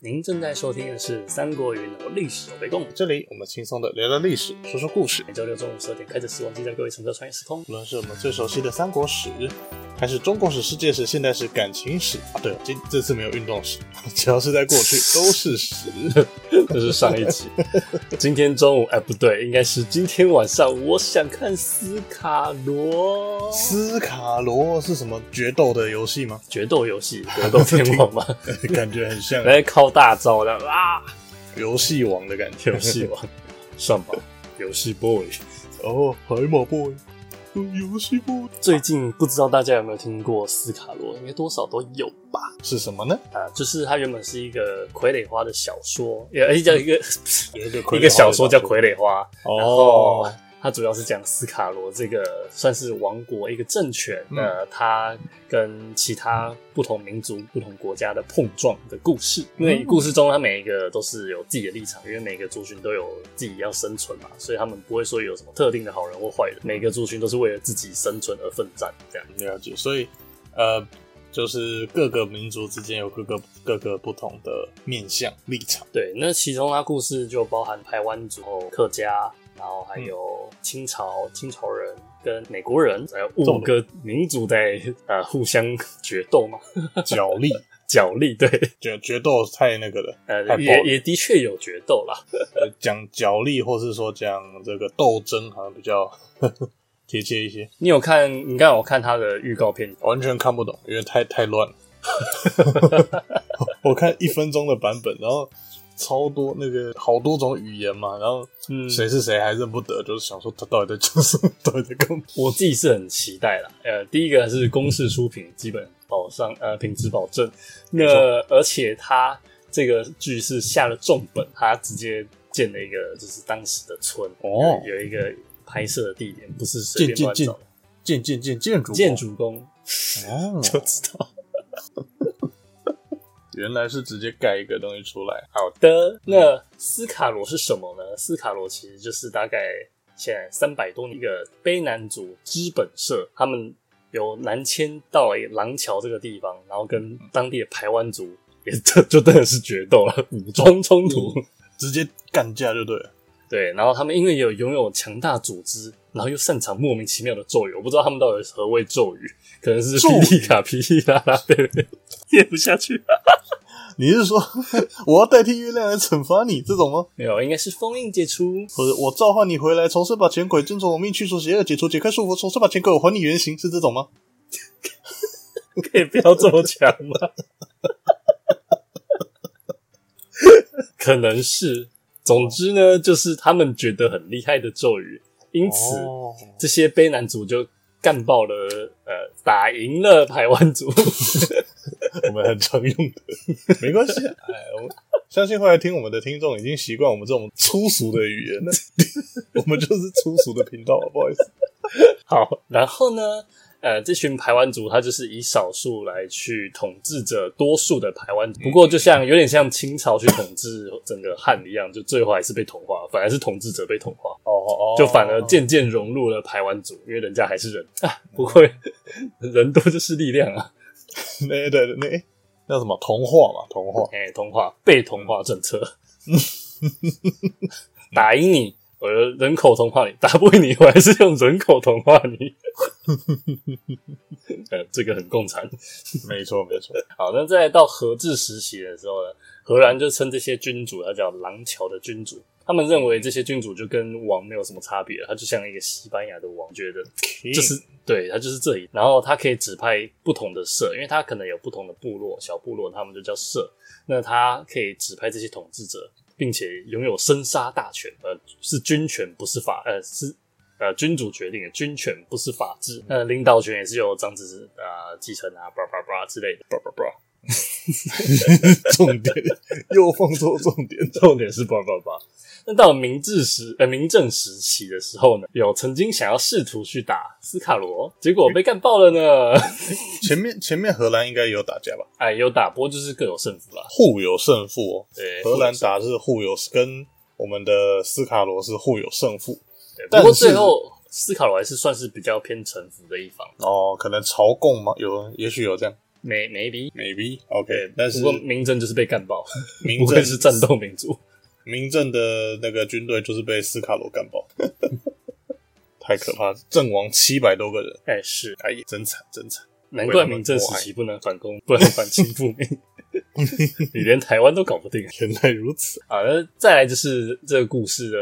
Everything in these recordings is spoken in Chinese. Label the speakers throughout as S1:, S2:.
S1: 您正在收听的是《三国云游历史北共》，
S2: 这里我们轻松的聊聊历史，说说故事，
S1: 每周六中午十二点开始，时光机带各位乘客穿越时空。
S2: 无论是我们最熟悉的三国史，还是中国史、世界史、现代史、感情史啊，对，这这次没有运动史， 只要是在过去都是史。
S1: 这是上一集，今天中午哎不对，应该是今天晚上，我想看斯卡罗
S2: 斯卡罗是什么决斗的游戏吗？
S1: 决斗游戏《格斗天王》 嘛，
S2: 感觉很像
S1: 来靠大招的啊，
S2: 游戏王的感觉。
S1: 游戏王 上吧，游戏 boy。
S2: 哦，海马 boy，呃游戏 boy
S1: 最近不知道大家有没有听过斯卡罗，应该多少都有吧？
S2: 是什么呢？
S1: 啊，就是它原本是一个傀儡花的小说，也而且叫一个
S2: 有一个傀儡花
S1: 一个小说叫《傀儡花》，然后
S2: 哦，
S1: 它主要是讲斯卡罗这个算是王国一个政权，
S2: 嗯
S1: 呃，它跟其他不同民族、不同国家的碰撞的故事。因为
S2: 嗯
S1: 故事中它每一个都是有自己的立场，因为每个族群都有自己要生存嘛，所以他们不会说有什么特定的好人或坏人，每个族群都是为了自己生存而奋战这样。
S2: 了解。所以，呃，就是各个民族之间有各个各个不同的面向立场。
S1: 对，那其中它故事就包含台湾族、客家，然后
S2: 嗯
S1: 还有清朝、清朝人跟美国人，还有五个民族在呃互相 决斗嘛，
S2: 角力，
S1: 角力。对，
S2: 决决斗太那个了，太
S1: 呃，
S2: 暴
S1: 也
S2: 力
S1: 也的确有决斗啦。
S2: 呃讲角力，或是说讲这个斗争，好像比较 贴切一些。
S1: 你有看？你刚有看他的预告片，
S2: 完全看不懂，因为太太乱了。 我看一分钟的版本，然后超多那个好多种语言嘛，然后
S1: 嗯
S2: 谁是谁还认不得，就是想说他到底在讲什么，到底在干嘛？
S1: 我自己是很期待啦。呃，第一个是公式出品，基本保障呃品质保证。那
S2: 没错
S1: 而且他这个剧是下了重本，他直接建了一个就是当时的村
S2: 哦
S1: 有有一个拍摄的地点，不是随便
S2: 建
S1: 乱
S2: 建
S1: 找的。
S2: 建建建建筑
S1: 建筑工
S2: 哦，
S1: 就知道。
S2: 原来是直接盖一个东西出来。好，
S1: 的那斯卡罗是什么呢？斯卡罗其实就是大概现在三百多年一个卑南族资本社，他们由南迁到廊桥这个地方，然后跟当地的排湾族也这就真的是 决斗了，武装冲突。
S2: 直接干架就对了。
S1: 对，然后他们因为有拥有强大组织，然后又擅长莫名其妙的咒语，我不知道他们到底何谓咒语，可能是
S2: 咒语
S1: 霹雳卡、霹雳啦啦，对 不对？念不下去。
S2: 你是说 我要代替月亮来惩罚你这种吗？
S1: 没有，应该是封印解除。
S2: 或者我召唤你回来，重生把前鬼，遵从我命，去除邪恶，解除解开束缚，重生把前鬼，我还你原形，是这种吗？
S1: 可以不要这么强吗？可能是。总之呢，就是他们觉得很厉害的咒语，因此、
S2: 哦
S1: 这些卑南族就干爆了，呃，打赢了台湾族。
S2: 我们很常用的， 没关系啊。哎，我相信后来听我们的听众已经习惯我们这种粗俗的语言了。 我们就是粗俗的频道，不好意思。
S1: 好，然后呢，呃，这群排湾族他就是以少数来去统治着多数的排湾族，不过就像有点像清朝去统治整个汉一样，就最后还是被同化，反而是统治者被同化。
S2: 哦哦
S1: 就反而渐渐融入了台湾族，因为人家还是人啊，不会 人多就是力量啊。
S2: 那对对那哎那什么童话嘛，童话
S1: 哎、同化被同化政策，打赢你，我的人口同化你；打不赢你，我还是用人口同化你。 呃，这个很共产。
S2: 没错没错。
S1: 好，那再到和治时期的时候呢，荷兰就称这些君主，他叫廊桥的君主。他们认为这些君主就跟王没有什么差别，他就像一个西班牙的王，觉得 就是对他就是这里，然后他可以指派不同的社，因为他可能有不同的部落，小部落他们就叫社，那他可以指派这些统治者，并且拥有生杀大权，呃，是军权，不是法，呃是。呃，君主决定的军权不是法治，呃，领导权也是由长子啊继承啊，叭叭叭之类的，叭叭叭。
S2: 重点 又放错重点。
S1: 重点是叭叭叭。那到了明治时呃明政时期的时候呢，有曾经想要试图去打斯卡罗，结果被干爆了呢。
S2: 前面前面荷兰应该也有打架吧？
S1: 哎，有打，不过就是各有胜负啦。
S2: 互有胜负哦。
S1: 对，
S2: 荷兰打是互有，跟我们的斯卡罗是互有胜负
S1: 对，
S2: 但
S1: 不过
S2: 是
S1: 最后斯卡罗还是算是比较偏臣服的一方。
S2: 哦。可能朝贡吗？有，也许有这样。
S1: 没没 y
S2: ，maybe OK，但是
S1: 不过明政就是被干爆，
S2: 民
S1: 不愧
S2: 政
S1: 是战斗民族。
S2: 民政的那个军队就是被斯卡罗干爆， 太可怕了，阵亡七百多个人，
S1: 哎，是
S2: 哎呀，真惨真惨，
S1: 难怪明政时期不能反攻， 不然反清复明。你连台湾都搞不 定
S2: 原来如此，
S1: 啊！那再来就是这个故事的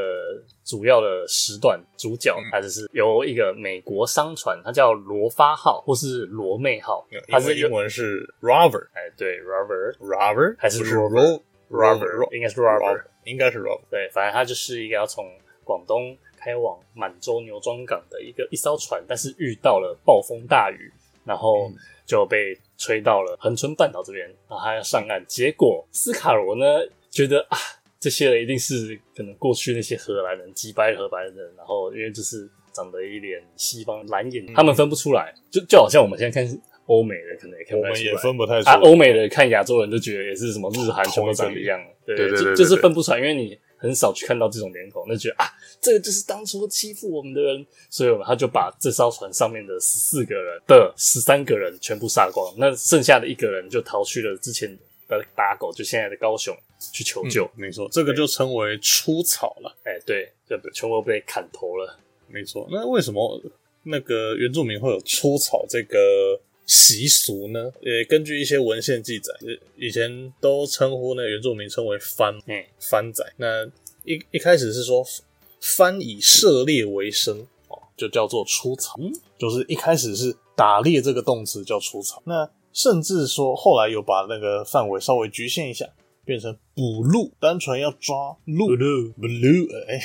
S1: 主要的时段，主角他就是由一个美国商船，它叫罗发号或是罗妹号，它
S2: 他
S1: 是
S2: 是
S1: 一个
S2: 英文是 robber
S1: 哎对 Robert
S2: robber
S1: 还是
S2: 不是
S1: Robert？
S2: ro
S1: Robert
S2: robber
S1: 应该是 Robert，
S2: 应该是 robber，
S1: 对，反正它就是一个要从广东开往满洲牛庄港的一个一艘船，但是遇到了暴风大雨，然
S2: 嗯
S1: 后就被吹到了恒春半岛这边，然后它要上岸。结果斯卡罗呢觉得啊，这些人一定是可能过去那些荷兰人击败荷兰人，然后因为就是长得一脸西方蓝
S2: 嗯
S1: 眼，他们分不出来，就就好像我们现在看欧美人可能也看
S2: 我
S1: 不太
S2: 们
S1: 出
S2: 也
S1: 来。
S2: 分不太出
S1: 啊
S2: 来，，
S1: 欧美的看亚洲人就觉得也是什么日韩全部长一样，对
S2: 对对对
S1: 就
S2: 对
S1: 就是分不出来，因为你很少去看到这种脸孔，那就觉得啊，这个就是当初欺负我们的人，所以我们他就把这艘船上面的十四个人的十三个人全部杀光，那剩下的一个人就逃去了之前的打狗，就现在的高雄去求救，
S2: 嗯没错，这个就称为出草了，
S1: 哎、对，就全部被砍头了。
S2: 没错。那为什么那个原住民会有出草这个习俗呢？呃，根据一些文献记载，呃以前都称呼那个原住民称为番
S1: 嗯，
S2: 番仔。那一一开始是说番以狩猎为生，哦，就叫做出草。嗯就是一开始是打猎这个动词叫出草，那甚至说后来有把那个范围稍微局限一下，变成捕鹿，单纯要抓鹿。
S1: 鹿
S2: blue，哎、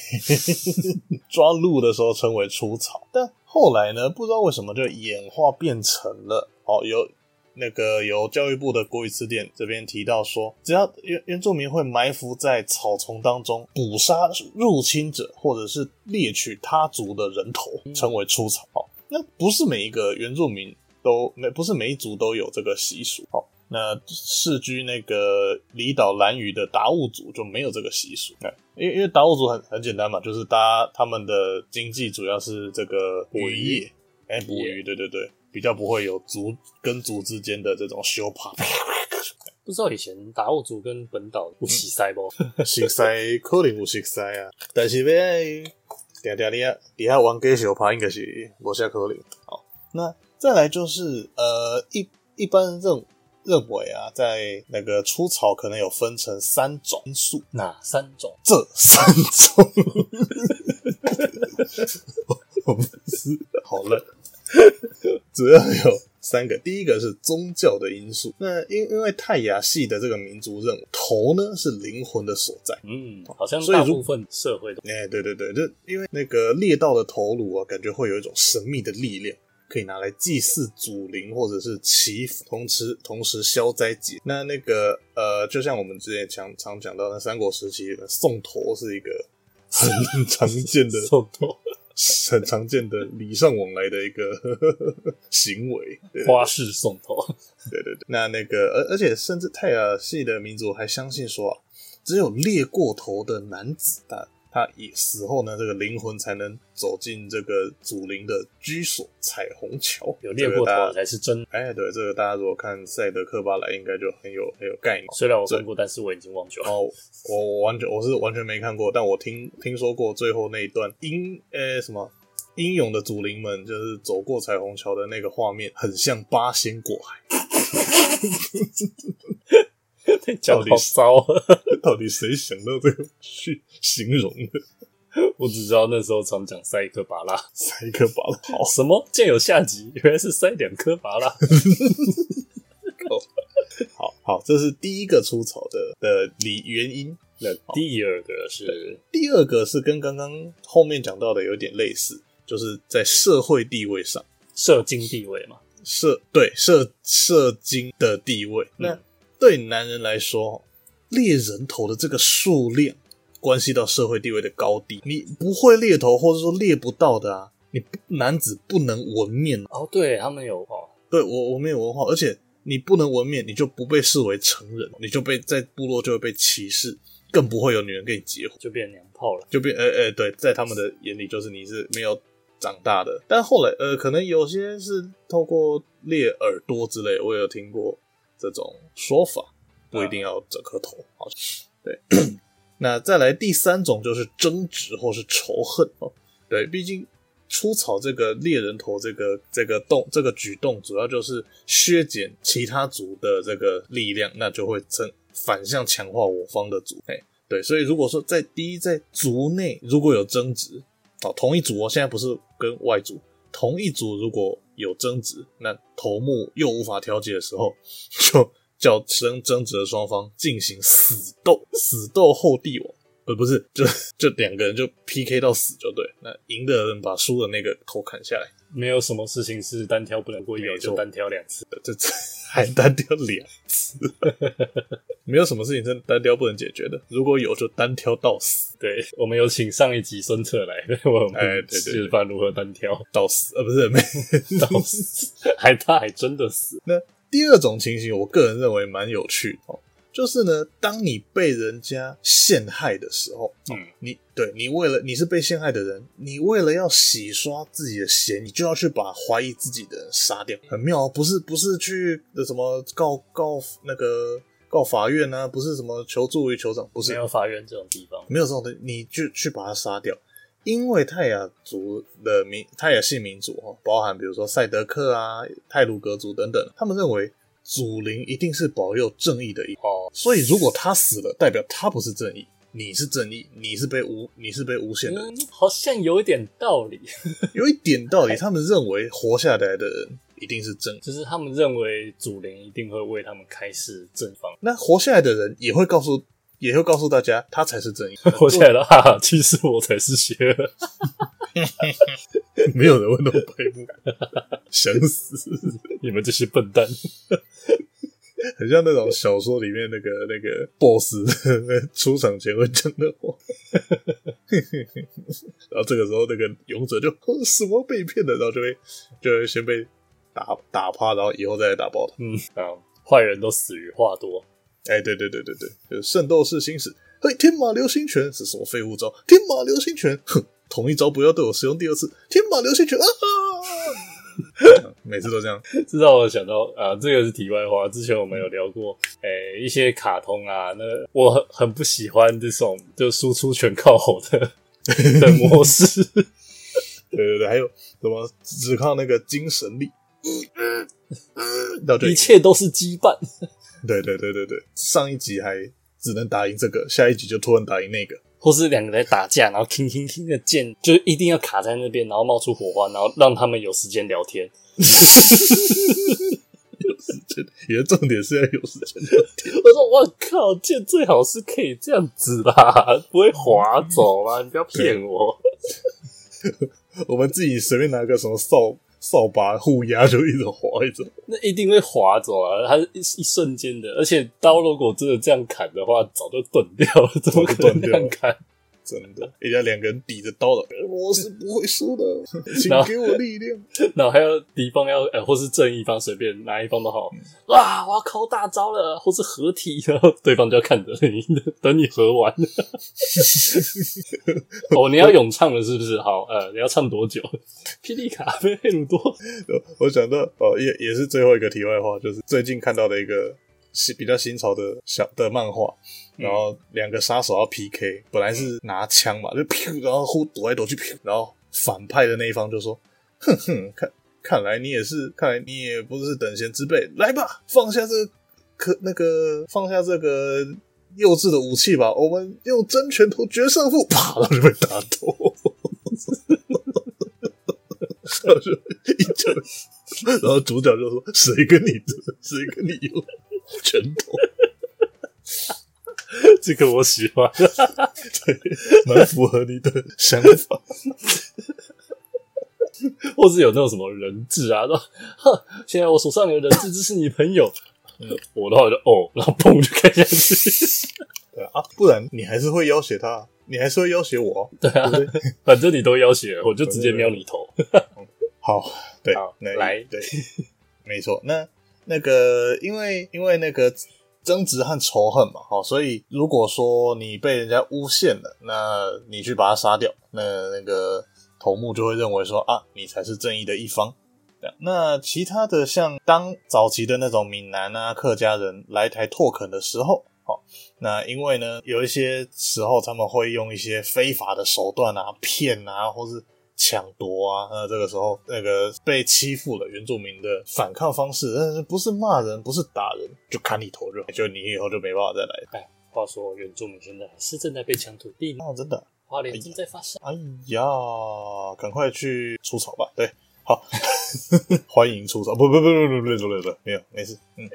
S2: 抓鹿的时候称为出草，但后来呢，不知道为什么就演化变成了哦，有那个由教育部的国语词典这边提到说，只要原原住民会埋伏在草丛当中捕杀入侵者，或者是猎取他族的人头，称为出草。哦那不是每一个原住民都每不是每一族都有这个习俗。哦，那世居那个离岛兰屿的达悟族就没有这个习俗。哎因为因为达悟族很很简单嘛，就是搭他们的经济主要是这个捕
S1: 渔
S2: 鱼
S1: 业
S2: 业，哎、捕
S1: 捕
S2: 鱼，对对对，比较不会有族跟族之间的这种修帕。
S1: 不知道以前达悟族跟本岛不洗塞不？
S2: 熟悉可能有熟悉啊，但是要定定你啊，底下玩家小拍应该是无啥可能。好，那再来就是呃，一一般认认为啊，在那个出草可能有分成三种因素，
S1: 哪三种？
S2: 这三种，我们是好了，主要有三个。第一个是宗教的因素，那因因为泰雅系的这个民族认为头呢是灵魂的所在。
S1: 嗯，好像
S2: 所以
S1: 大
S2: 如
S1: 部分社会都
S2: 哎、对对对，就因为那个猎到的头颅啊，感觉会有一种神秘的力量，可以拿来祭祀祖灵或者是祈福，同时同时消灾解。那那个呃，就像我们之前常常讲到，那三国时期送头是一个很常见的、
S1: 受多。
S2: 很常见的礼尚往来的一个 行为。对
S1: 花式送头，
S2: 对对对，那那个而而且甚至泰雅系的民族还相信说、啊，只有猎过头的男子，他他以死后呢，这个灵魂才能走进这个祖灵的居所彩虹桥。
S1: 有练过头
S2: 这
S1: 的
S2: 个大家
S1: 才是真的。
S2: 哎，对，这个大家如果看《赛德克巴莱》，应该就很有很有概念。
S1: 虽然我看过，但是我已经忘记 了。
S2: 哦，我我完全我是完全没看过，但我听听说过最后那一段英呃、什么英勇的祖灵们就是走过彩虹桥的那个画面，很像八仙过海。
S1: 讲
S2: 到
S1: 好
S2: 底是
S1: 骚啊，
S2: 到底谁想到这个去形容的？
S1: 我只知道那时候常讲塞一颗拔拉，
S2: 塞个巴拉好，
S1: 什么见有下集，原来是塞两颗拔拉。
S2: 好好，这是第一个出草的的理原因。
S1: 那第二个是
S2: 第二个是跟刚刚后面讲到的有点类似，就是在社会地位上，
S1: 社经地位嘛，
S2: 社对社社经的地位。那
S1: 嗯
S2: 对男人来说，猎人头的这个数量关系到社会地位的高低。你不会猎头，或者说猎不到的啊，你不男子不能纹面
S1: 哦，对他们有哦，
S2: 对我我没有文化，而且你不能纹面，你就不被视为成人，你就被在部落就会被歧视，更不会有女人跟你结婚，
S1: 就变娘炮了。
S2: 哎就变呃呃，对，在他们的眼里就是你是没有长大的，但后来呃，可能有些是透过猎耳朵之类，我有听过这种说法，不一定要整颗头。好，对。 那再来第三种就是争执或是仇恨哦，对，毕竟出草这个猎人头这个这个动这个举动，主要就是削减其他族的这个力量，那就会正反向强化我方的族。哎，对，所以如果说在第一在族内如果有争执，哦，同一族哦，现在不是跟外族，同一族如果有争执，那头目又无法调解的时候，就 叫争争执的双方进行死斗，死斗后帝王。不不是，就就两个人就 PK 到死就对，那赢的人把输的那个头砍下来，
S1: 没有什么事情是单挑不能过一秒
S2: 没错
S1: 就单挑两次。
S2: 这这 还单挑两次，没有什么事情是单挑不能解决的，如果有就单挑到死。
S1: 对，我们有请上一集孙策来，我
S2: 哎
S1: 们
S2: 对对对
S1: 示范如何单挑
S2: 到死，呃，不是没
S1: 到死， 还他还真的死。
S2: 第二种情形，我个人认为蛮有趣的哦，就是呢，当你被人家陷害的时候，哦
S1: 嗯，
S2: 你对你为了你是被陷害的人，你为了要洗刷自己的嫌疑，就要去把怀疑自己的人杀掉，很妙哦，不是不是去呃什么告告那个告法院啊，不是什么求助于酋长，不是
S1: 没有法院这种地方，
S2: 没有这种东西，你就去把它杀掉。因为泰雅族的民泰雅系民族哦，包含比如说赛德克啊、泰鲁格族等等，他们认为祖灵一定是保佑正义的一
S1: 哦，
S2: 所以如果他死了，代表他不是正义，你是正义，你是被诬你是被诬陷的，
S1: 嗯，好像有一点道理，
S2: 有一点道理。他们认为活下来的人一定是正义，
S1: 就是他们认为祖灵一定会为他们开示正 方，
S2: 那活下来的人也会告诉也会告诉大家他才是正义。
S1: 活下来了，哈哈，其实我才是邪恶。
S2: 没有人会那么白目， 想死。
S1: 你们这些笨蛋，
S2: 很像那种小说里面那个那个 BOSS 出场前会讲的 话，然后这个时候那个勇者就 哦什么被骗的，然后就被就会先被打打趴，然后以后再来打爆他。
S1: 嗯啊，坏人都死于话多，
S2: 哎，对对对对对，就是圣斗士星矢，嘿，天马流星拳是什么废物招？天马流星拳，哼，同一招不要对我使用第二次。天马流星拳啊！ 每次都这样，
S1: 这让我想到啊、这个是题外话。之前我们有聊过，诶、一些卡通啊，那我很很不喜欢这种就输出全靠吼的 的模式。
S2: 对对对，还有什么只靠那个精神力，那就
S1: 一切都是羁绊。
S2: 对对对对对，上一集还只能打赢这个，下一集就突然打赢那个，
S1: 或是两个人在打架，然后听听听的剑，就是一定要卡在那边，然后冒出火花，然后让他们有时间聊天。
S2: 你的重点是要有时间。
S1: 我说我靠，剑最好是可以这样子啦，不会滑走啦，你不要骗我。
S2: 我们自己随便拿个什么扫扫把互压，就一直滑一直滑。
S1: 那一定会滑走啊！它是一一瞬间的，而且刀如果真的这样砍的话，早就钝掉了，怎么可能这样砍？
S2: 真的，人家两个人抵着刀的，我是不会输的，请
S1: 然后
S2: 给我力量。
S1: 然后还要敌方要，呃，或是正一方随便哪一方都好，哇，我要靠大招了，或是合体，然后对方就要看着你，等你合 完。哦，你要咏唱了是不是？好，呃，你要唱多久？霹雳卡菲黑鲁多，
S2: 我想到哦，也也是最后一个题外话，就是最近看到的一个新比较新潮的小的漫画，然后两个杀手要 PK，本来是拿枪嘛，就噗，然后互躲来躲去，噗，然后反派的那一方就说：“哼哼，看看来你也是，看来你也不是等闲之辈，来吧，放下这个可那个放下这个幼稚的武器吧，我们用真拳头决胜负，啪，然后就被打头。”然后就一拳， 然后主角就说：“谁跟你谁跟你用拳头？”
S1: 这个我喜欢。
S2: 蛮符合你的想法。
S1: 或是有那种什么人质啊，说哼，现在我手上有人质，这是你朋友。嗯我的话我就哦，然后砰就开下去。
S2: 对啊，不然你还是会要挟他，你还是会要挟我。
S1: 对啊
S2: 对不对，
S1: 反正你都要挟，我就直接瞄你头。
S2: 好，对
S1: 好，
S2: 那
S1: 来
S2: 对，没错。那那个，因为因为那个争执和仇恨嘛，好，所以如果说你被人家诬陷了，那你去把他杀掉，那那个。头目就会认为说啊，你才是正义的一方。这样那其他的像当早期的那种闽南啊、客家人来台拓垦的时候，哦，那因为呢，有一些时候他们会用一些非法的手段啊、骗啊，或是抢夺啊，那这个时候那个被欺负了原住民的反抗方式，但是不是骂人，不是打人，就砍你头就好就你以后就没办法再来
S1: 话说，原住民现在还是正在被抢土地呢，
S2: 哦，真的，
S1: 花莲正在发生。
S2: 哎呀，赶快去除草吧。对，好， 欢迎除草。不不不不不不不不，没有，没事，嗯，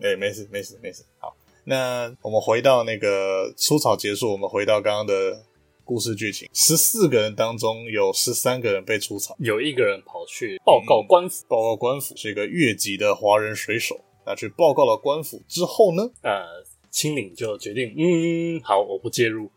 S1: 呃，
S2: 哎、没事没事没事。好，那我们回到那个除草结束，我们回到刚刚的故事剧情。十四个人当中有十三个人被除草，
S1: 有一个人跑去报告官府，
S2: 报告官府是一个越级的华人水手。那去报告了官府之后呢？
S1: 呃，清领就决定，嗯，好，我不介入，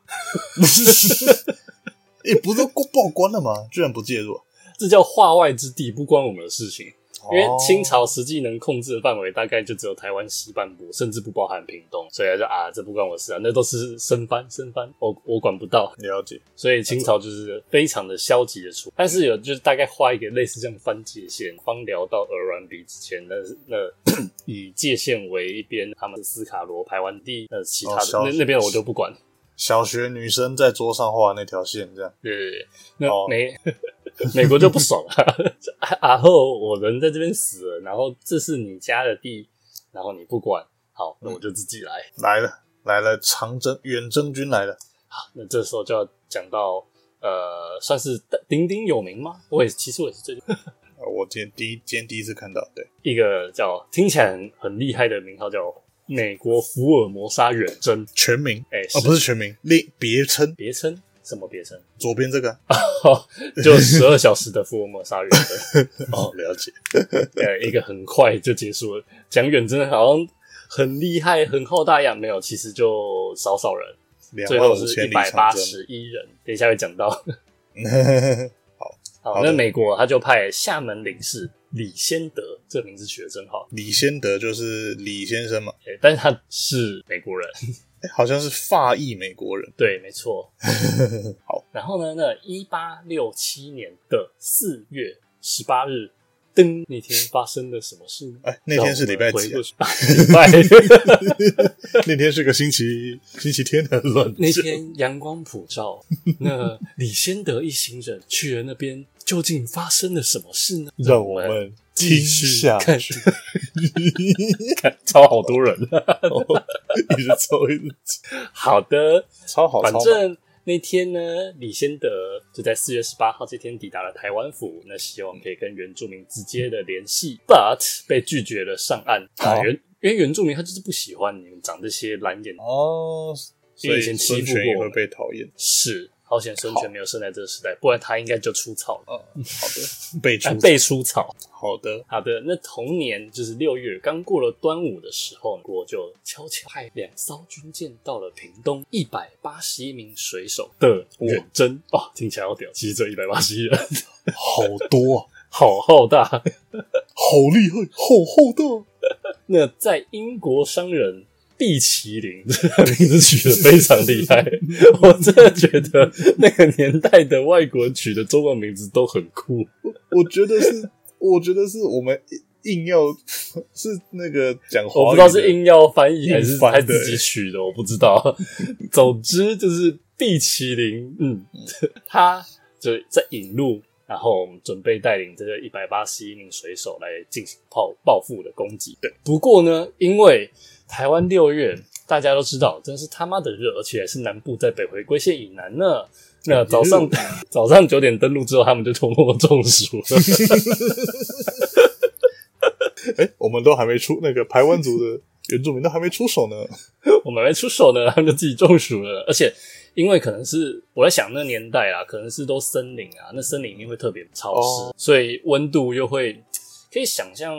S2: 也、不是都过报官了吗？居然不介入啊，
S1: 这叫化外之地，不关我们的事情。因为
S2: 哦
S1: 清朝实际能控制的范围大概就只有台湾西半部，甚至不包含屏东，所以他就啊，这不关我事啊，那都是生番生番，我我管不到。
S2: 了解。
S1: 所以清朝就是非常的消极的处，但是有就是大概画一个类似这样番界线，方寮到鹅銮鼻之间，那 那以界线为一边，他们是斯卡罗排湾地，那其他
S2: 哦
S1: 的、
S2: 消
S1: 那那边我就不管。
S2: 小学女生在桌上画那条线，这样。
S1: 对对对，那
S2: 哦
S1: 美、 美国就不爽了、啊， 然后我人在这边死了，然后这是你家的地，然后你不管，好，那我就自己来。
S2: 来了，来了，长征远征军来了，
S1: 那这时候就要讲到呃，算是鼎鼎有名吗？我也其实我也是最近
S2: 呃我今天第一今天第一次看到，对，
S1: 一个叫听起来很很厉害的名号叫美国福尔摩沙远征，
S2: 全名
S1: 哎、
S2: 啊、不是全名，另别称，
S1: 别称什么别称？
S2: 左边这个
S1: 就十二小时的福尔摩沙远征。
S2: 哦， 了解，
S1: 呃，一个很快就结束了。讲远真的好像很厉害、很浩大呀，没有，其实就少少人，
S2: 两
S1: 最
S2: 万
S1: 后
S2: 五
S1: 是
S2: 千
S1: 一
S2: 里
S1: 百八
S2: 长
S1: 十一人。等一下会讲到。
S2: 征，
S1: 好，
S2: 好的
S1: 那美国他就派厦门领事李先德，这名字取得真好，
S2: 李先德就是李先生嘛，
S1: 诶但是他是美国人，
S2: 哎好像是法裔美国人，
S1: 对，没错。
S2: 好，
S1: 然后呢，那一八六七年的四月十八日。噔！那天发生了什么事呢？
S2: 哎那天是礼拜几啊
S1: 让我们回顾 礼拜。
S2: 那天是个星期星期天的乱
S1: 那天阳光普照， 那李先德一行人去了那边，究竟发生了什么事呢？
S2: 让我们听下
S1: 看
S2: 去，
S1: 看超好多人。
S2: 一直抽一直抽，
S1: 好的，
S2: 超好，
S1: 反
S2: 超好
S1: 正那天呢，李先德就在四月十八号这天抵达了台湾府，那希望可以跟原住民直接的联系，but 被拒绝了上岸。啊，
S2: 好
S1: 原因为原住民他就是不喜欢你们长这些蓝眼
S2: 哦，
S1: 因
S2: 所
S1: 为以
S2: 以
S1: 前
S2: 孙
S1: 欺负
S2: 权
S1: 过
S2: 也
S1: 我
S2: 会
S1: 们
S2: 被讨厌，
S1: 是。好险孙权没有生在这个时代，不然他应该就出草了，
S2: 嗯，好的，被出
S1: 啊、被出草。
S2: 好的，
S1: 好的，那同年就是六月，刚过了端午的时候，国就悄悄派两艘军舰到了屏东，一百八十一名水手的远征哦，听起来好屌，其实这一百八十一人，
S2: 好多、啊。
S1: 好浩大。
S2: 好厉害，好厚道。
S1: 那在英国商人毕麒麟，这个名字取得非常厉害，我真的觉得那个年代的外国人取的中文名字都很酷。
S2: 我觉得是，我觉得是我们硬要 是那个讲华语的，
S1: 我不知道是硬要翻译还是
S2: 硬翻
S1: 他
S2: 的
S1: 自己取的，我不知 道。总之就是毕麒麟，嗯，他就在引路，然后准备带领这个一百八十一名水手来进行报报复的攻击。对，不过呢，因为台湾六月大家都知道，真是他妈的热，而且还是南部在北回归线以南呢。那早上早上九点登陆之后，他们就通通中暑了。
S2: 哎、我们都还没出那个台湾族的原住民都还没出手呢。
S1: 我们没出手呢，他们就自己中暑了。而且因为可能是我在想那年代啊，可能是都森林啊，那森林一定会特别潮湿，
S2: 哦
S1: 所以温度又会可以想象。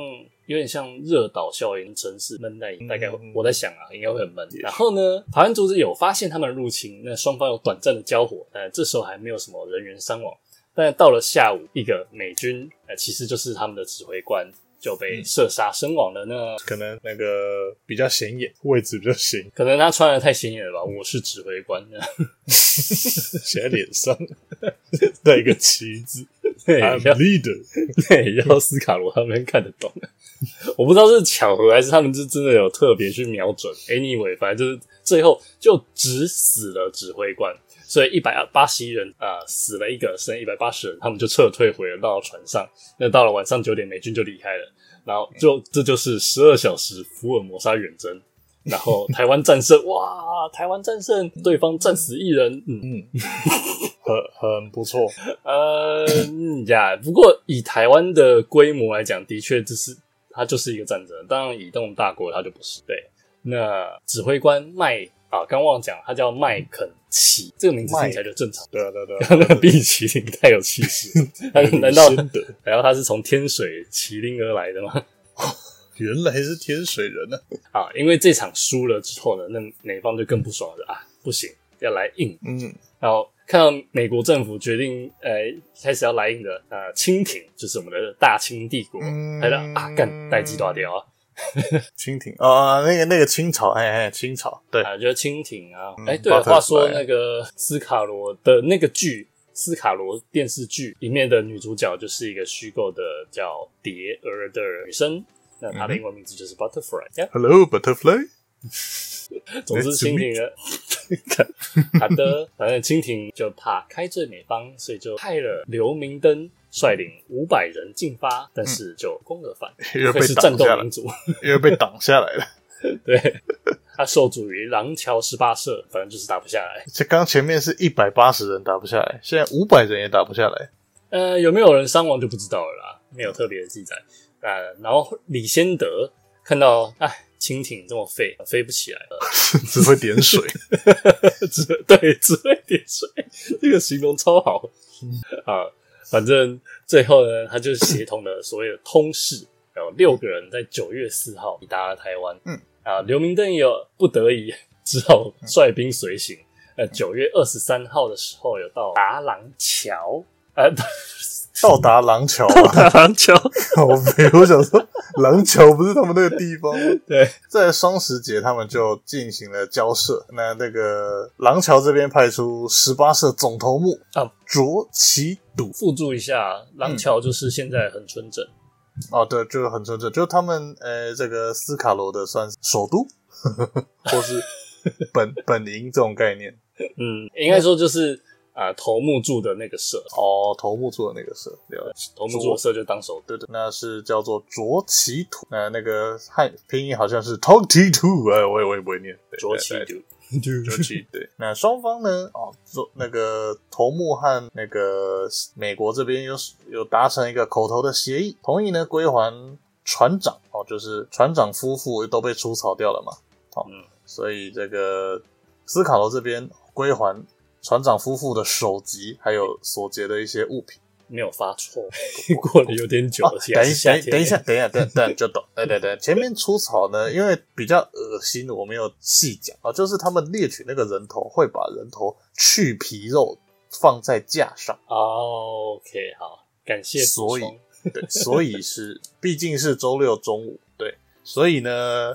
S1: 有点像热岛效应，城市闷在大概
S2: 嗯
S1: 我在想啊，应该会很闷
S2: 也。是
S1: 然后呢，台湾竹子有发现他们入侵，那双方有短暂的交火，但这时候还没有什么人员伤亡。但到了下午，一个美军，呃，其实就是他们的指挥官就被
S2: 嗯
S1: 射杀身亡了。那
S2: 可能那个比较显眼，位置比较显
S1: 可 能他穿的太显眼了吧？我是指挥官，
S2: 显在脸上。 带一个旗子
S1: 对，
S2: ，I'm
S1: 哎要
S2: leader。
S1: 对要斯卡罗他们看得懂。 我不知道是巧合还是他们是真的有特别去瞄准。Anyway，反正就是最后就只死了指挥官，所以一百八十一人啊、呃死了一个，剩一百八十人，他们就撤退回了到船上。那到了晚上九点，美军就离开了。然后就这就是十二小时福尔摩沙远征，然后台湾战胜，哇，台湾战胜，对方战死一人，嗯，
S2: 很很不错，
S1: 呃嗯呀，不过以台湾的规模来讲，的确这是它就是一个战争。当然，以动大国它就不是。对，那指挥官麦啊，刚忘了讲，他叫麦肯齐，这个名字听起来就正常。
S2: 对啊，对啊，对啊，
S1: 那个比麒麟太有气势了，他 难道
S2: 真的
S1: 难道他是从天水麒麟而来的吗？
S2: 原来是天水人呢、
S1: 啊，因为这场输了之后呢，那美方就更不爽了啊，不行，要来硬
S2: 嗯，
S1: 然后看到美国政府决定，呃，开始要来硬的，呃，清廷就是我们的大清帝国，
S2: 嗯
S1: 来了啊，干代际大掉啊，
S2: 蜻蜓啊，那个那个清朝，哎哎，清朝，对，
S1: 啊，就是清廷啊，
S2: 嗯
S1: 哎、对
S2: 巴
S1: 了，
S2: 特斯莱
S1: 话说那个斯卡罗的那个剧，斯卡罗电视剧里面的女主角就是一个虚构的叫蝶儿的女生。那她
S2: 嗯
S1: 的英文名字就是 Butterfly，、呀
S2: Hello butterfly，
S1: 总之，
S2: Nice to
S1: 清廷 呢，好的，反正清廷就怕开罪美方，所以就派了刘明灯率领五百人进发，但是 就攻而返，
S2: 又
S1: 会
S2: 被
S1: 是战
S2: 挡
S1: 斗
S2: 下来
S1: 民，族。
S2: 又被挡下来了。
S1: 对，他受阻于廊桥十八社，反正就是打不下来。
S2: 这刚前面是一百八十人打不下来，现在五百人也打不下来。
S1: 呃，有没有人伤亡就不知道了啦，没有特别的记载。呃，然后李先德看到，哎，清廷这么废，飞不起来了，
S2: 只会点水。
S1: 只对只会点水，这个形容超好 啊！反正最后呢，他就协同了所谓的通事，然后六个人在九月四号抵达了台湾。
S2: 嗯
S1: 啊，刘明灯也有不得已，只好率兵随行。呃，九月二十三号的时候，有到达廊桥，呃，
S2: 到达廊桥了，
S1: 达廊桥，
S2: 好肥！ 我想说，廊桥不是他们那个地方吗？
S1: 对，
S2: 在双十节，他们就进行了交涉。那那个廊桥这边派出十八社总头目
S1: 啊
S2: 卓其笃
S1: 附注一下，廊桥就是现在很纯正。
S2: 哦，对，就是很纯正，就是他们呃，这个斯卡罗的算是首都， 或是本本营这种概念。
S1: 嗯，应该说就是啊、头目住的那个社，
S2: 哦，头目做的那个社，对吧？
S1: 头目住的社就当首都。
S2: 对对，那是叫做卓其土，那那个汉拼音好像是 Tokti Tu，哎，我也我也不会念。对
S1: 浊
S2: 对
S1: 气
S2: 对
S1: 度，
S2: 尤其对。那双方呢？哦，做那个头目和那个美国这边有有达成一个口头的协议，同意呢归还船长哦，就是船长夫妇都被除草掉了嘛。好、
S1: 嗯
S2: 所以这个斯卡罗这边归还船长夫妇的首级，还有所劫的一些物品。
S1: 没有发错，过了有点久
S2: 啊，
S1: 而且还
S2: 等一
S1: 是
S2: 下
S1: 夏，
S2: 等一
S1: 天。
S2: 下，等一下，等等就懂。 对对对，前面除草呢，因为比较恶心，我没有细讲啊。就是他们猎取那个人头，会把人头去皮肉放在架上，
S1: 哦 OK，好，感谢补充。
S2: 所以 对，所以是毕竟是周六中午，对，所 以呢，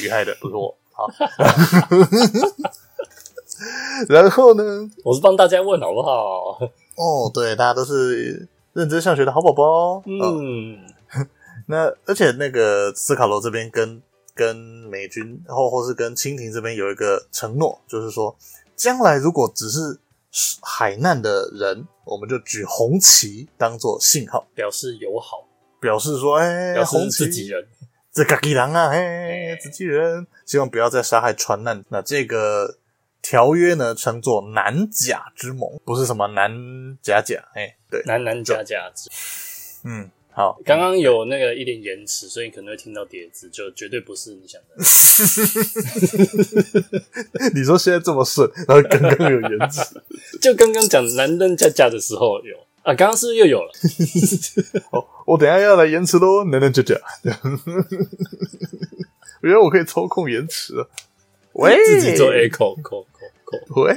S2: 遇害的不是我。好， 然后呢？
S1: 我是帮大家问好不好？
S2: 哦，对，大家都是认真上学的好宝哦啊宝。
S1: 嗯，
S2: 那而且那个斯卡罗这边跟跟美军或或是跟清廷这边有一个承诺，就是说将来如果只是海难的人，我们就举红旗当做信号，
S1: 表示友好，
S2: 表示说，哎、
S1: 表示
S2: 红
S1: 自己
S2: 旗
S1: 人。
S2: 这嘎吉狼啊，哎、
S1: 哎
S2: 自己人，希望不要再杀害船难。那这个条约呢，称作南甲之盟，不是什么南甲甲，哎、对，
S1: 男男假假之，
S2: 嗯，好，
S1: 刚刚有那个一点延迟，所以你可能会听到叠字，就绝对不是你想的。
S2: 你说现在这么顺，然后刚刚有延迟。
S1: 就刚刚讲男人假假的时候有啊，刚刚是不是又有了？
S2: 哦，我等一下要来延迟喽，能能就这样。 我觉得我可以操控延迟啊了。喂，
S1: 自己 做 echo 扣扣扣。
S2: 喂，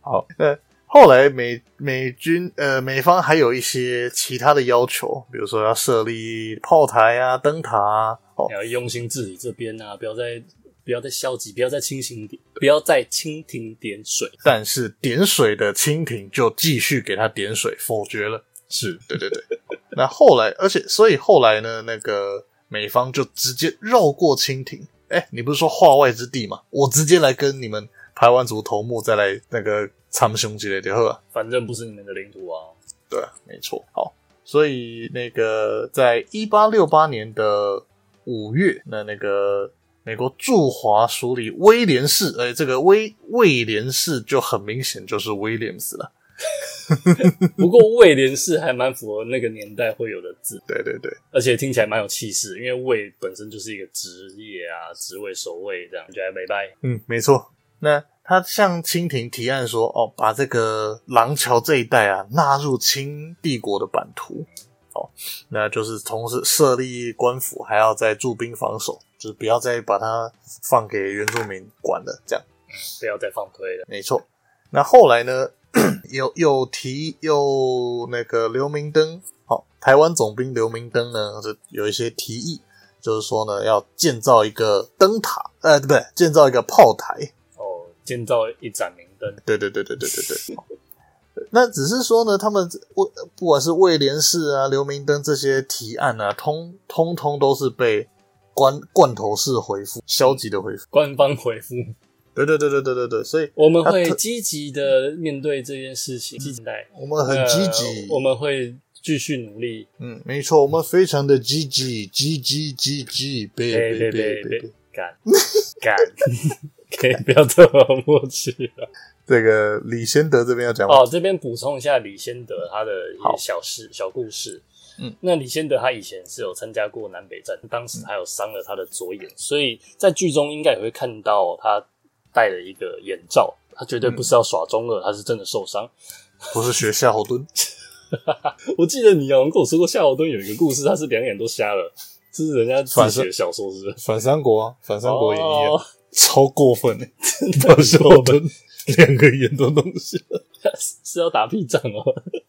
S1: 好，
S2: 呃，后来美美军呃美方还有一些其他的要求，比如说要设立炮台啊、灯塔啊。哦，
S1: 你要用心治理这边啊，不要再不要再消极，不要再蜻蜓点，不要再蜻蜓点水。
S2: 但是点水的蜻蜓就继续给他点水，否决了。
S1: 是
S2: 对对对。 那后来，而且所以后来呢，那个美方就直接绕过蜻蜓。哎、你不是说化外之地吗？我直接来跟你们台湾族头目再来那个参雄之类的，对吧？
S1: 反正不是你们的领土啊。
S2: 对，没错。好，所以那个在一八六八年的五月，那那个美国驻华署理威廉士，哎、这个威威廉士就很明显就是威廉斯了。
S1: 不过魏廉士还蛮符合那个年代会有的字，
S2: 对对对，
S1: 而且听起来蛮有气势，因为魏本身就是一个职业啊，职位守卫这样，觉得没败。
S2: 嗯，没错。那他向清廷提案说，哦，把这个廊桥这一带啊纳入清帝国的版图。哦，那就是同时设立官府，还要再驻兵防守，就是不要再把它放给原住民管了，这样。
S1: 不要再放推了。
S2: 没错。那后来呢， 有有提有那个刘明灯，好、台湾总兵刘明灯呢，就有一些提议，就是说呢，要建造一个灯塔，呃，对不对？建造一个炮台，
S1: 哦，建造一盏明灯，
S2: 对对对对对对对。那只是说呢，他们魏不管是魏廉士啊、刘明灯这些提案啊，通通通都是被罐罐头式回复，消极的回复。
S1: 官方回复，
S2: 对对对对对对对，所以
S1: 我们
S2: 啊
S1: 会
S2: 特
S1: 积极的面对这件事情，积极地待，
S2: 我们很积极、
S1: 呃我们会继续努力。
S2: 嗯，没错，我们非常的积极，积极，积极，别
S1: 别
S2: 别
S1: 别
S2: 别
S1: 别
S2: 别
S1: 别，干干，可以不要这么默契了。
S2: 这个李先德这边要讲吗？
S1: 哦，这边补充一下李先德他的一
S2: 好
S1: 些小事、小故事。
S2: 嗯，
S1: 那李先德他以前是有参加过南北战，当时他有伤了他的左眼，所以在剧中应该也会看到他戴了一个眼罩，他绝对不是要耍中二，他是真的受伤。
S2: 不是学夏侯惇，
S1: 我记得你好像跟我说过，夏侯惇有一个故事，他是两眼都瞎了，这是人家自己写的小说，是不是？
S2: 反三国啊，反三国演义、啊
S1: 哦
S2: 超过 分的、欸，
S1: 的很
S2: 夏
S1: 过
S2: 侯
S1: 分
S2: 惇两个眼都弄瞎，
S1: 是要打屁仗哦，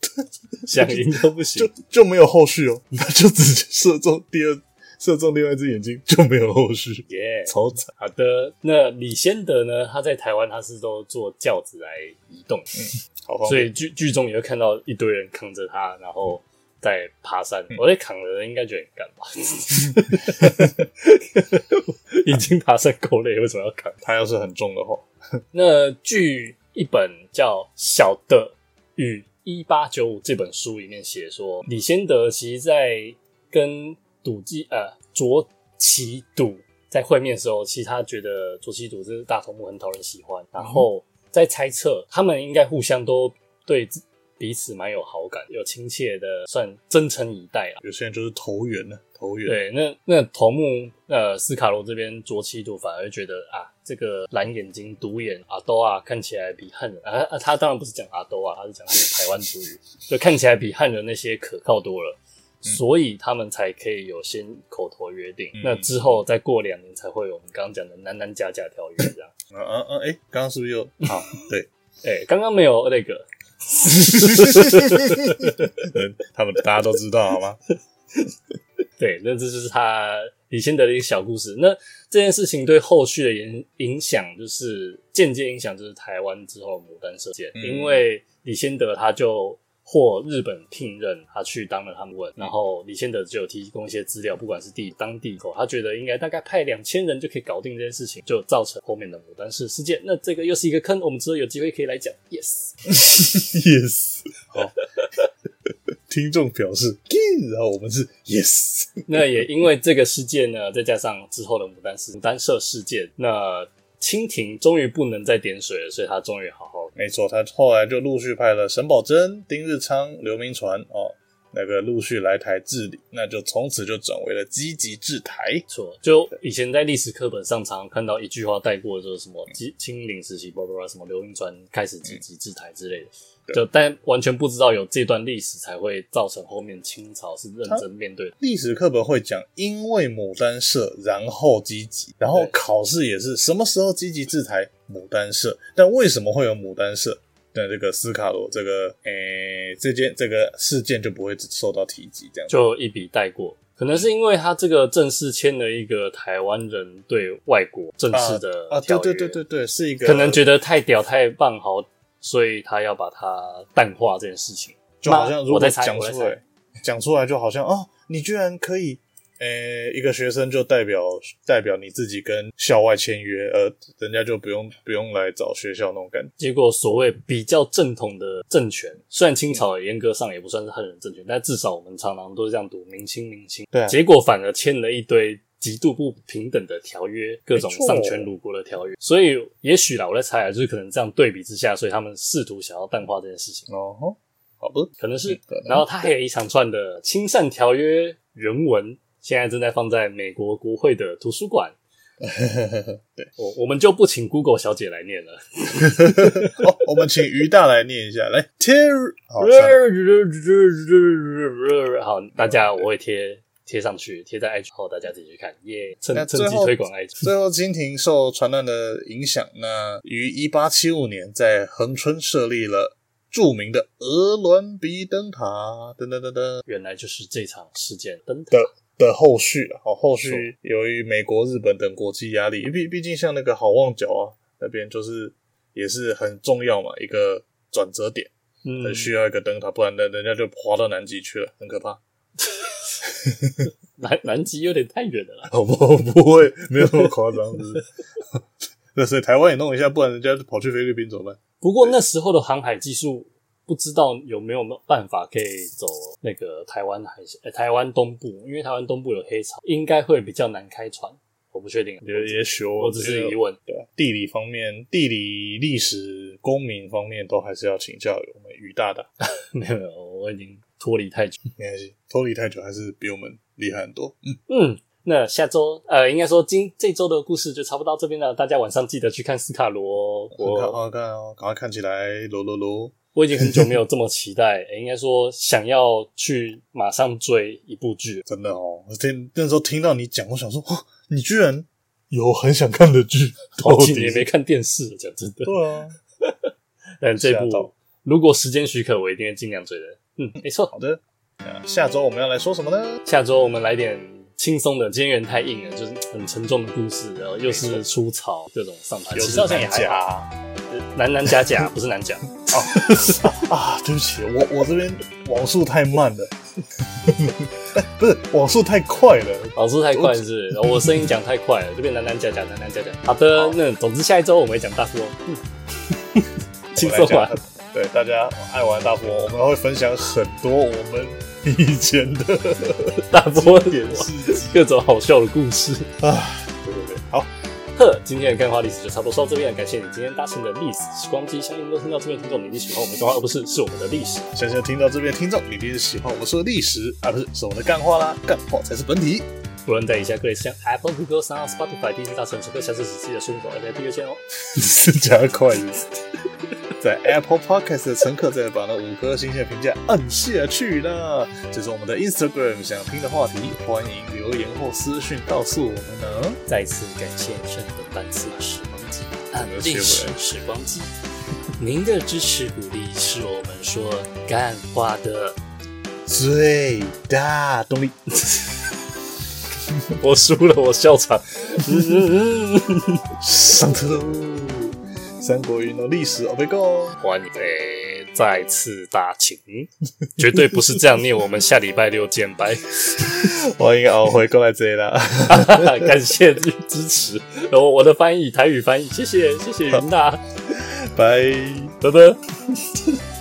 S1: 想赢都不行
S2: 就。就没有后续哦， 他就直接射中第二，射中另外一只眼睛就没有后续，
S1: 耶、
S2: 超惨。
S1: 好的，那李先德呢？他在台湾他是都坐轿子来移动，
S2: 嗯好方
S1: 所
S2: 便，
S1: 以剧剧中也会看到一堆人扛着他，然后在爬山。
S2: 嗯
S1: 我在扛的人应该觉得很干 吧？ 已经爬山够累，为什么要扛？
S2: 他要是很重的话，
S1: 那据一本叫《小的与一八九五》这本书里面写说，李先德其实在跟赌记呃卓奇赌在会面的时候，其实他觉得卓奇赌这是大头目很讨人喜欢，然后在猜测他们应该互相都对自彼此蛮有好感，有亲切的算真诚以待啊。
S2: 有些人就是投缘呢、投缘。
S1: 对，那那头目呃斯卡罗这边浊气度反而觉得啊，这个蓝眼睛独眼阿兜啊，看起来比汉人啊啊，他当然不是讲阿兜啊，他是讲他们台湾族语，就看起来比汉人那些可靠多了。所以他们才可以有先口头约定，
S2: 嗯
S1: 那之后再过两年才会有我们刚刚讲的南南假假条约这样。
S2: 嗯嗯嗯，哎、刚刚是不是又
S1: 好，
S2: 对，
S1: 哎、刚刚没有那个，
S2: 嗯 他们大家都知道好吗？
S1: 对，那这就是他李先德的一个小故事。那这件事情对后续的影影响，就是间接影响，就是台湾之后牡丹社件，
S2: 嗯
S1: 因为李先德他就获日本聘任，他去当了他们问，然后李先德就有提供一些资料，不管是地当地口，他觉得应该大概派两千人就可以搞定这件事情，就造成后面的牡丹社事件。那这个又是一个坑，我们之后有机会可以来讲。Yes，
S2: yes，好，听众表示 yes，然后我们是 yes，
S1: 那也因为这个事件呢，再加上之后的牡丹事牡丹社事件，那清廷终于不能再点水了，所以他终于好好
S2: 没错，他后来就陆续派了沈葆桢、丁日昌、刘铭传哦，那个陆续来台治理，那就从此就转为了积极治台。
S1: 错。就以前在历史课本上常常看到一句话带过，就是什么清清领时期，巴拉巴拉，什么刘铭传开始积极制台之类的，
S2: 对
S1: 就但完全不知道有这段历史，才会造成后面清朝是认真面对的。
S2: 历史课本会讲，因为牡丹社，然后积极，然后
S1: 对
S2: 考试也是什么时候积极治台牡丹社，但为什么会有牡丹社？那这个斯卡罗这个诶、这件这个事件就不会受到提及，这样
S1: 就一笔带过。可可能是因为他这个正式签了一个台湾人对外国正式的
S2: 啊，对
S1: 条约
S2: 对对对对，是一个
S1: 可能觉得太屌太棒好，所以他要把它淡化这件事情。
S2: 就好像
S1: 那
S2: 如
S1: 我
S2: 果
S1: 再猜
S2: 讲
S1: 我再
S2: 出
S1: 猜
S2: 来，讲出来就好像哦，你居然可以，呃、一个学生就代表代表你自己跟校外签约，呃，人家就不用不用来找学校那种感觉。
S1: 结果所谓比较正统的政权，虽然清朝严格上也不算是汉人政权，但至少我们常常都是这样读明清明清。
S2: 对啊
S1: 结果反而签了一堆极度不平等的条约，各种
S2: 没错
S1: 丧权辱国的条约。所以也许啦，我在猜啊，就是可能这样对比之下，所以他们试图想要淡化这件事情，
S2: 哦吼，好的，
S1: 可能是
S2: 嗯可能。
S1: 然后他还有一长串的清善条约原文，现在正在放在美国国会的图书馆。我我们就不请 Google 小姐来念了。
S2: 哦，我们请于大来念一下，来 Terry，好，算了
S1: 好，大家我会贴贴上去，贴在 IG 后，大家自己去看，耶、趁
S2: 那
S1: 趁
S2: 最
S1: 机
S2: 后
S1: 推广 IG。
S2: 最后，金庭受传难的影响，那于一八七五年在恒春设立了著名的鹅銮鼻灯塔，噔噔噔噔
S1: 原来就是这场事件灯塔
S2: 对的后续啊。好，后续
S1: 是
S2: 由于美国、日本等国际压力，毕毕竟像那个好望角啊，那边就是也是很重要嘛，一个转折点，
S1: 嗯
S2: 很需要一个灯塔，不然人人家就滑到南极去了，很可怕。
S1: 南南极有点太远 了啦。
S2: 我不哦我不会，没有那么夸张， 是不是？那所以台湾也弄一下，不然人家跑去菲律宾怎么办？
S1: 不过那时候的航海技术，不知道有没有办法可以走那个台湾海峡、呃台湾东部，因为台湾东部有黑潮，应该会比较难开船。我不确定，
S2: 也也许我
S1: 我只是疑问。
S2: 对啊，地理方面、地理、历史、公民方面都还是要请教我们于大大，
S1: 没有没有，我已经脱离太久。
S2: 没关系，脱离太久还是比我们厉害很多。
S1: 嗯，那下周呃，应该说今这周的故事就差不多到这边了。大家晚上记得去看斯卡罗哦，
S2: 我看，
S1: 我
S2: 好看哦，赶快看起来，罗罗罗，
S1: 我已经很久没有这么期待，诶应该说想要去马上追一部剧了。
S2: 真的哦！我听那时候听到你讲，我想说，哇，你居然有很想看的 剧，
S1: 好
S2: 到
S1: 几
S2: 底
S1: 年
S2: 是
S1: 没看电视了，讲真的。
S2: 对啊。
S1: 但这
S2: 吓到
S1: 部如果时间许可，我一定会尽量追的。 嗯，没错。
S2: 好的，那下周我们要来说什么呢？
S1: 下周我们来点轻松的，今天人太硬了，就是很沉重的故事，然后又是出草各种上台，
S2: 有
S1: 其实好像也还好，
S2: 啊
S1: 男男假 假不是男假。
S2: 啊！对不起，我我这边网速太慢了， 不是网速太快了，
S1: 老师太快是不是，然后我声音讲太快了，就变喃喃假假，喃喃假假。好的
S2: 好，
S1: 那总之下一周我们会讲大富翁，嗯 轻松
S2: 玩
S1: 玩。。
S2: 对，大家爱玩大富翁，我们会分享很多我们以前的
S1: 大富翁
S2: 点事迹
S1: 各种好笑的故事。
S2: 啊。对对对，好，
S1: 呵，今天的干话历史就差不多说到这边，感谢你今天搭乘的历史时光机，相信都听到这边的听众你一定喜欢我们的干话，而不是是我们的历史。
S2: 相信听到这边的听众，你一定是喜欢我们说的历史啊，不是是我们的干话啦，干话才是本体。
S1: 无论在以下各类事项，Apple、Google、Sound、Spotify、第四大城市各下次时期的顺口而且订阅线哦。
S2: 是加快的。 在 Apple Podcast 的乘客再把那五颗星星的评价按下去啦！这是我们的 Instagram，想听的话题，欢迎留言或私讯告诉我们呢。
S1: 再次感谢圣本班次时光机呃
S2: 我们，又切
S1: 历
S2: 回
S1: 史
S2: 来
S1: 时光机，您的支持鼓励是我们说干话的。
S2: 最大动力。
S1: 我输了，我笑场。嗯
S2: 上车喽！三国云的历史我被告，
S1: 欢迎诶，再次大请，绝对不是这样念。我们下礼拜六见，拜。
S2: 欢迎熬回过来这啦。
S1: 感谢支持，然后我的翻译台语翻译，谢谢谢谢云大，
S2: 拜。
S1: 拜拜。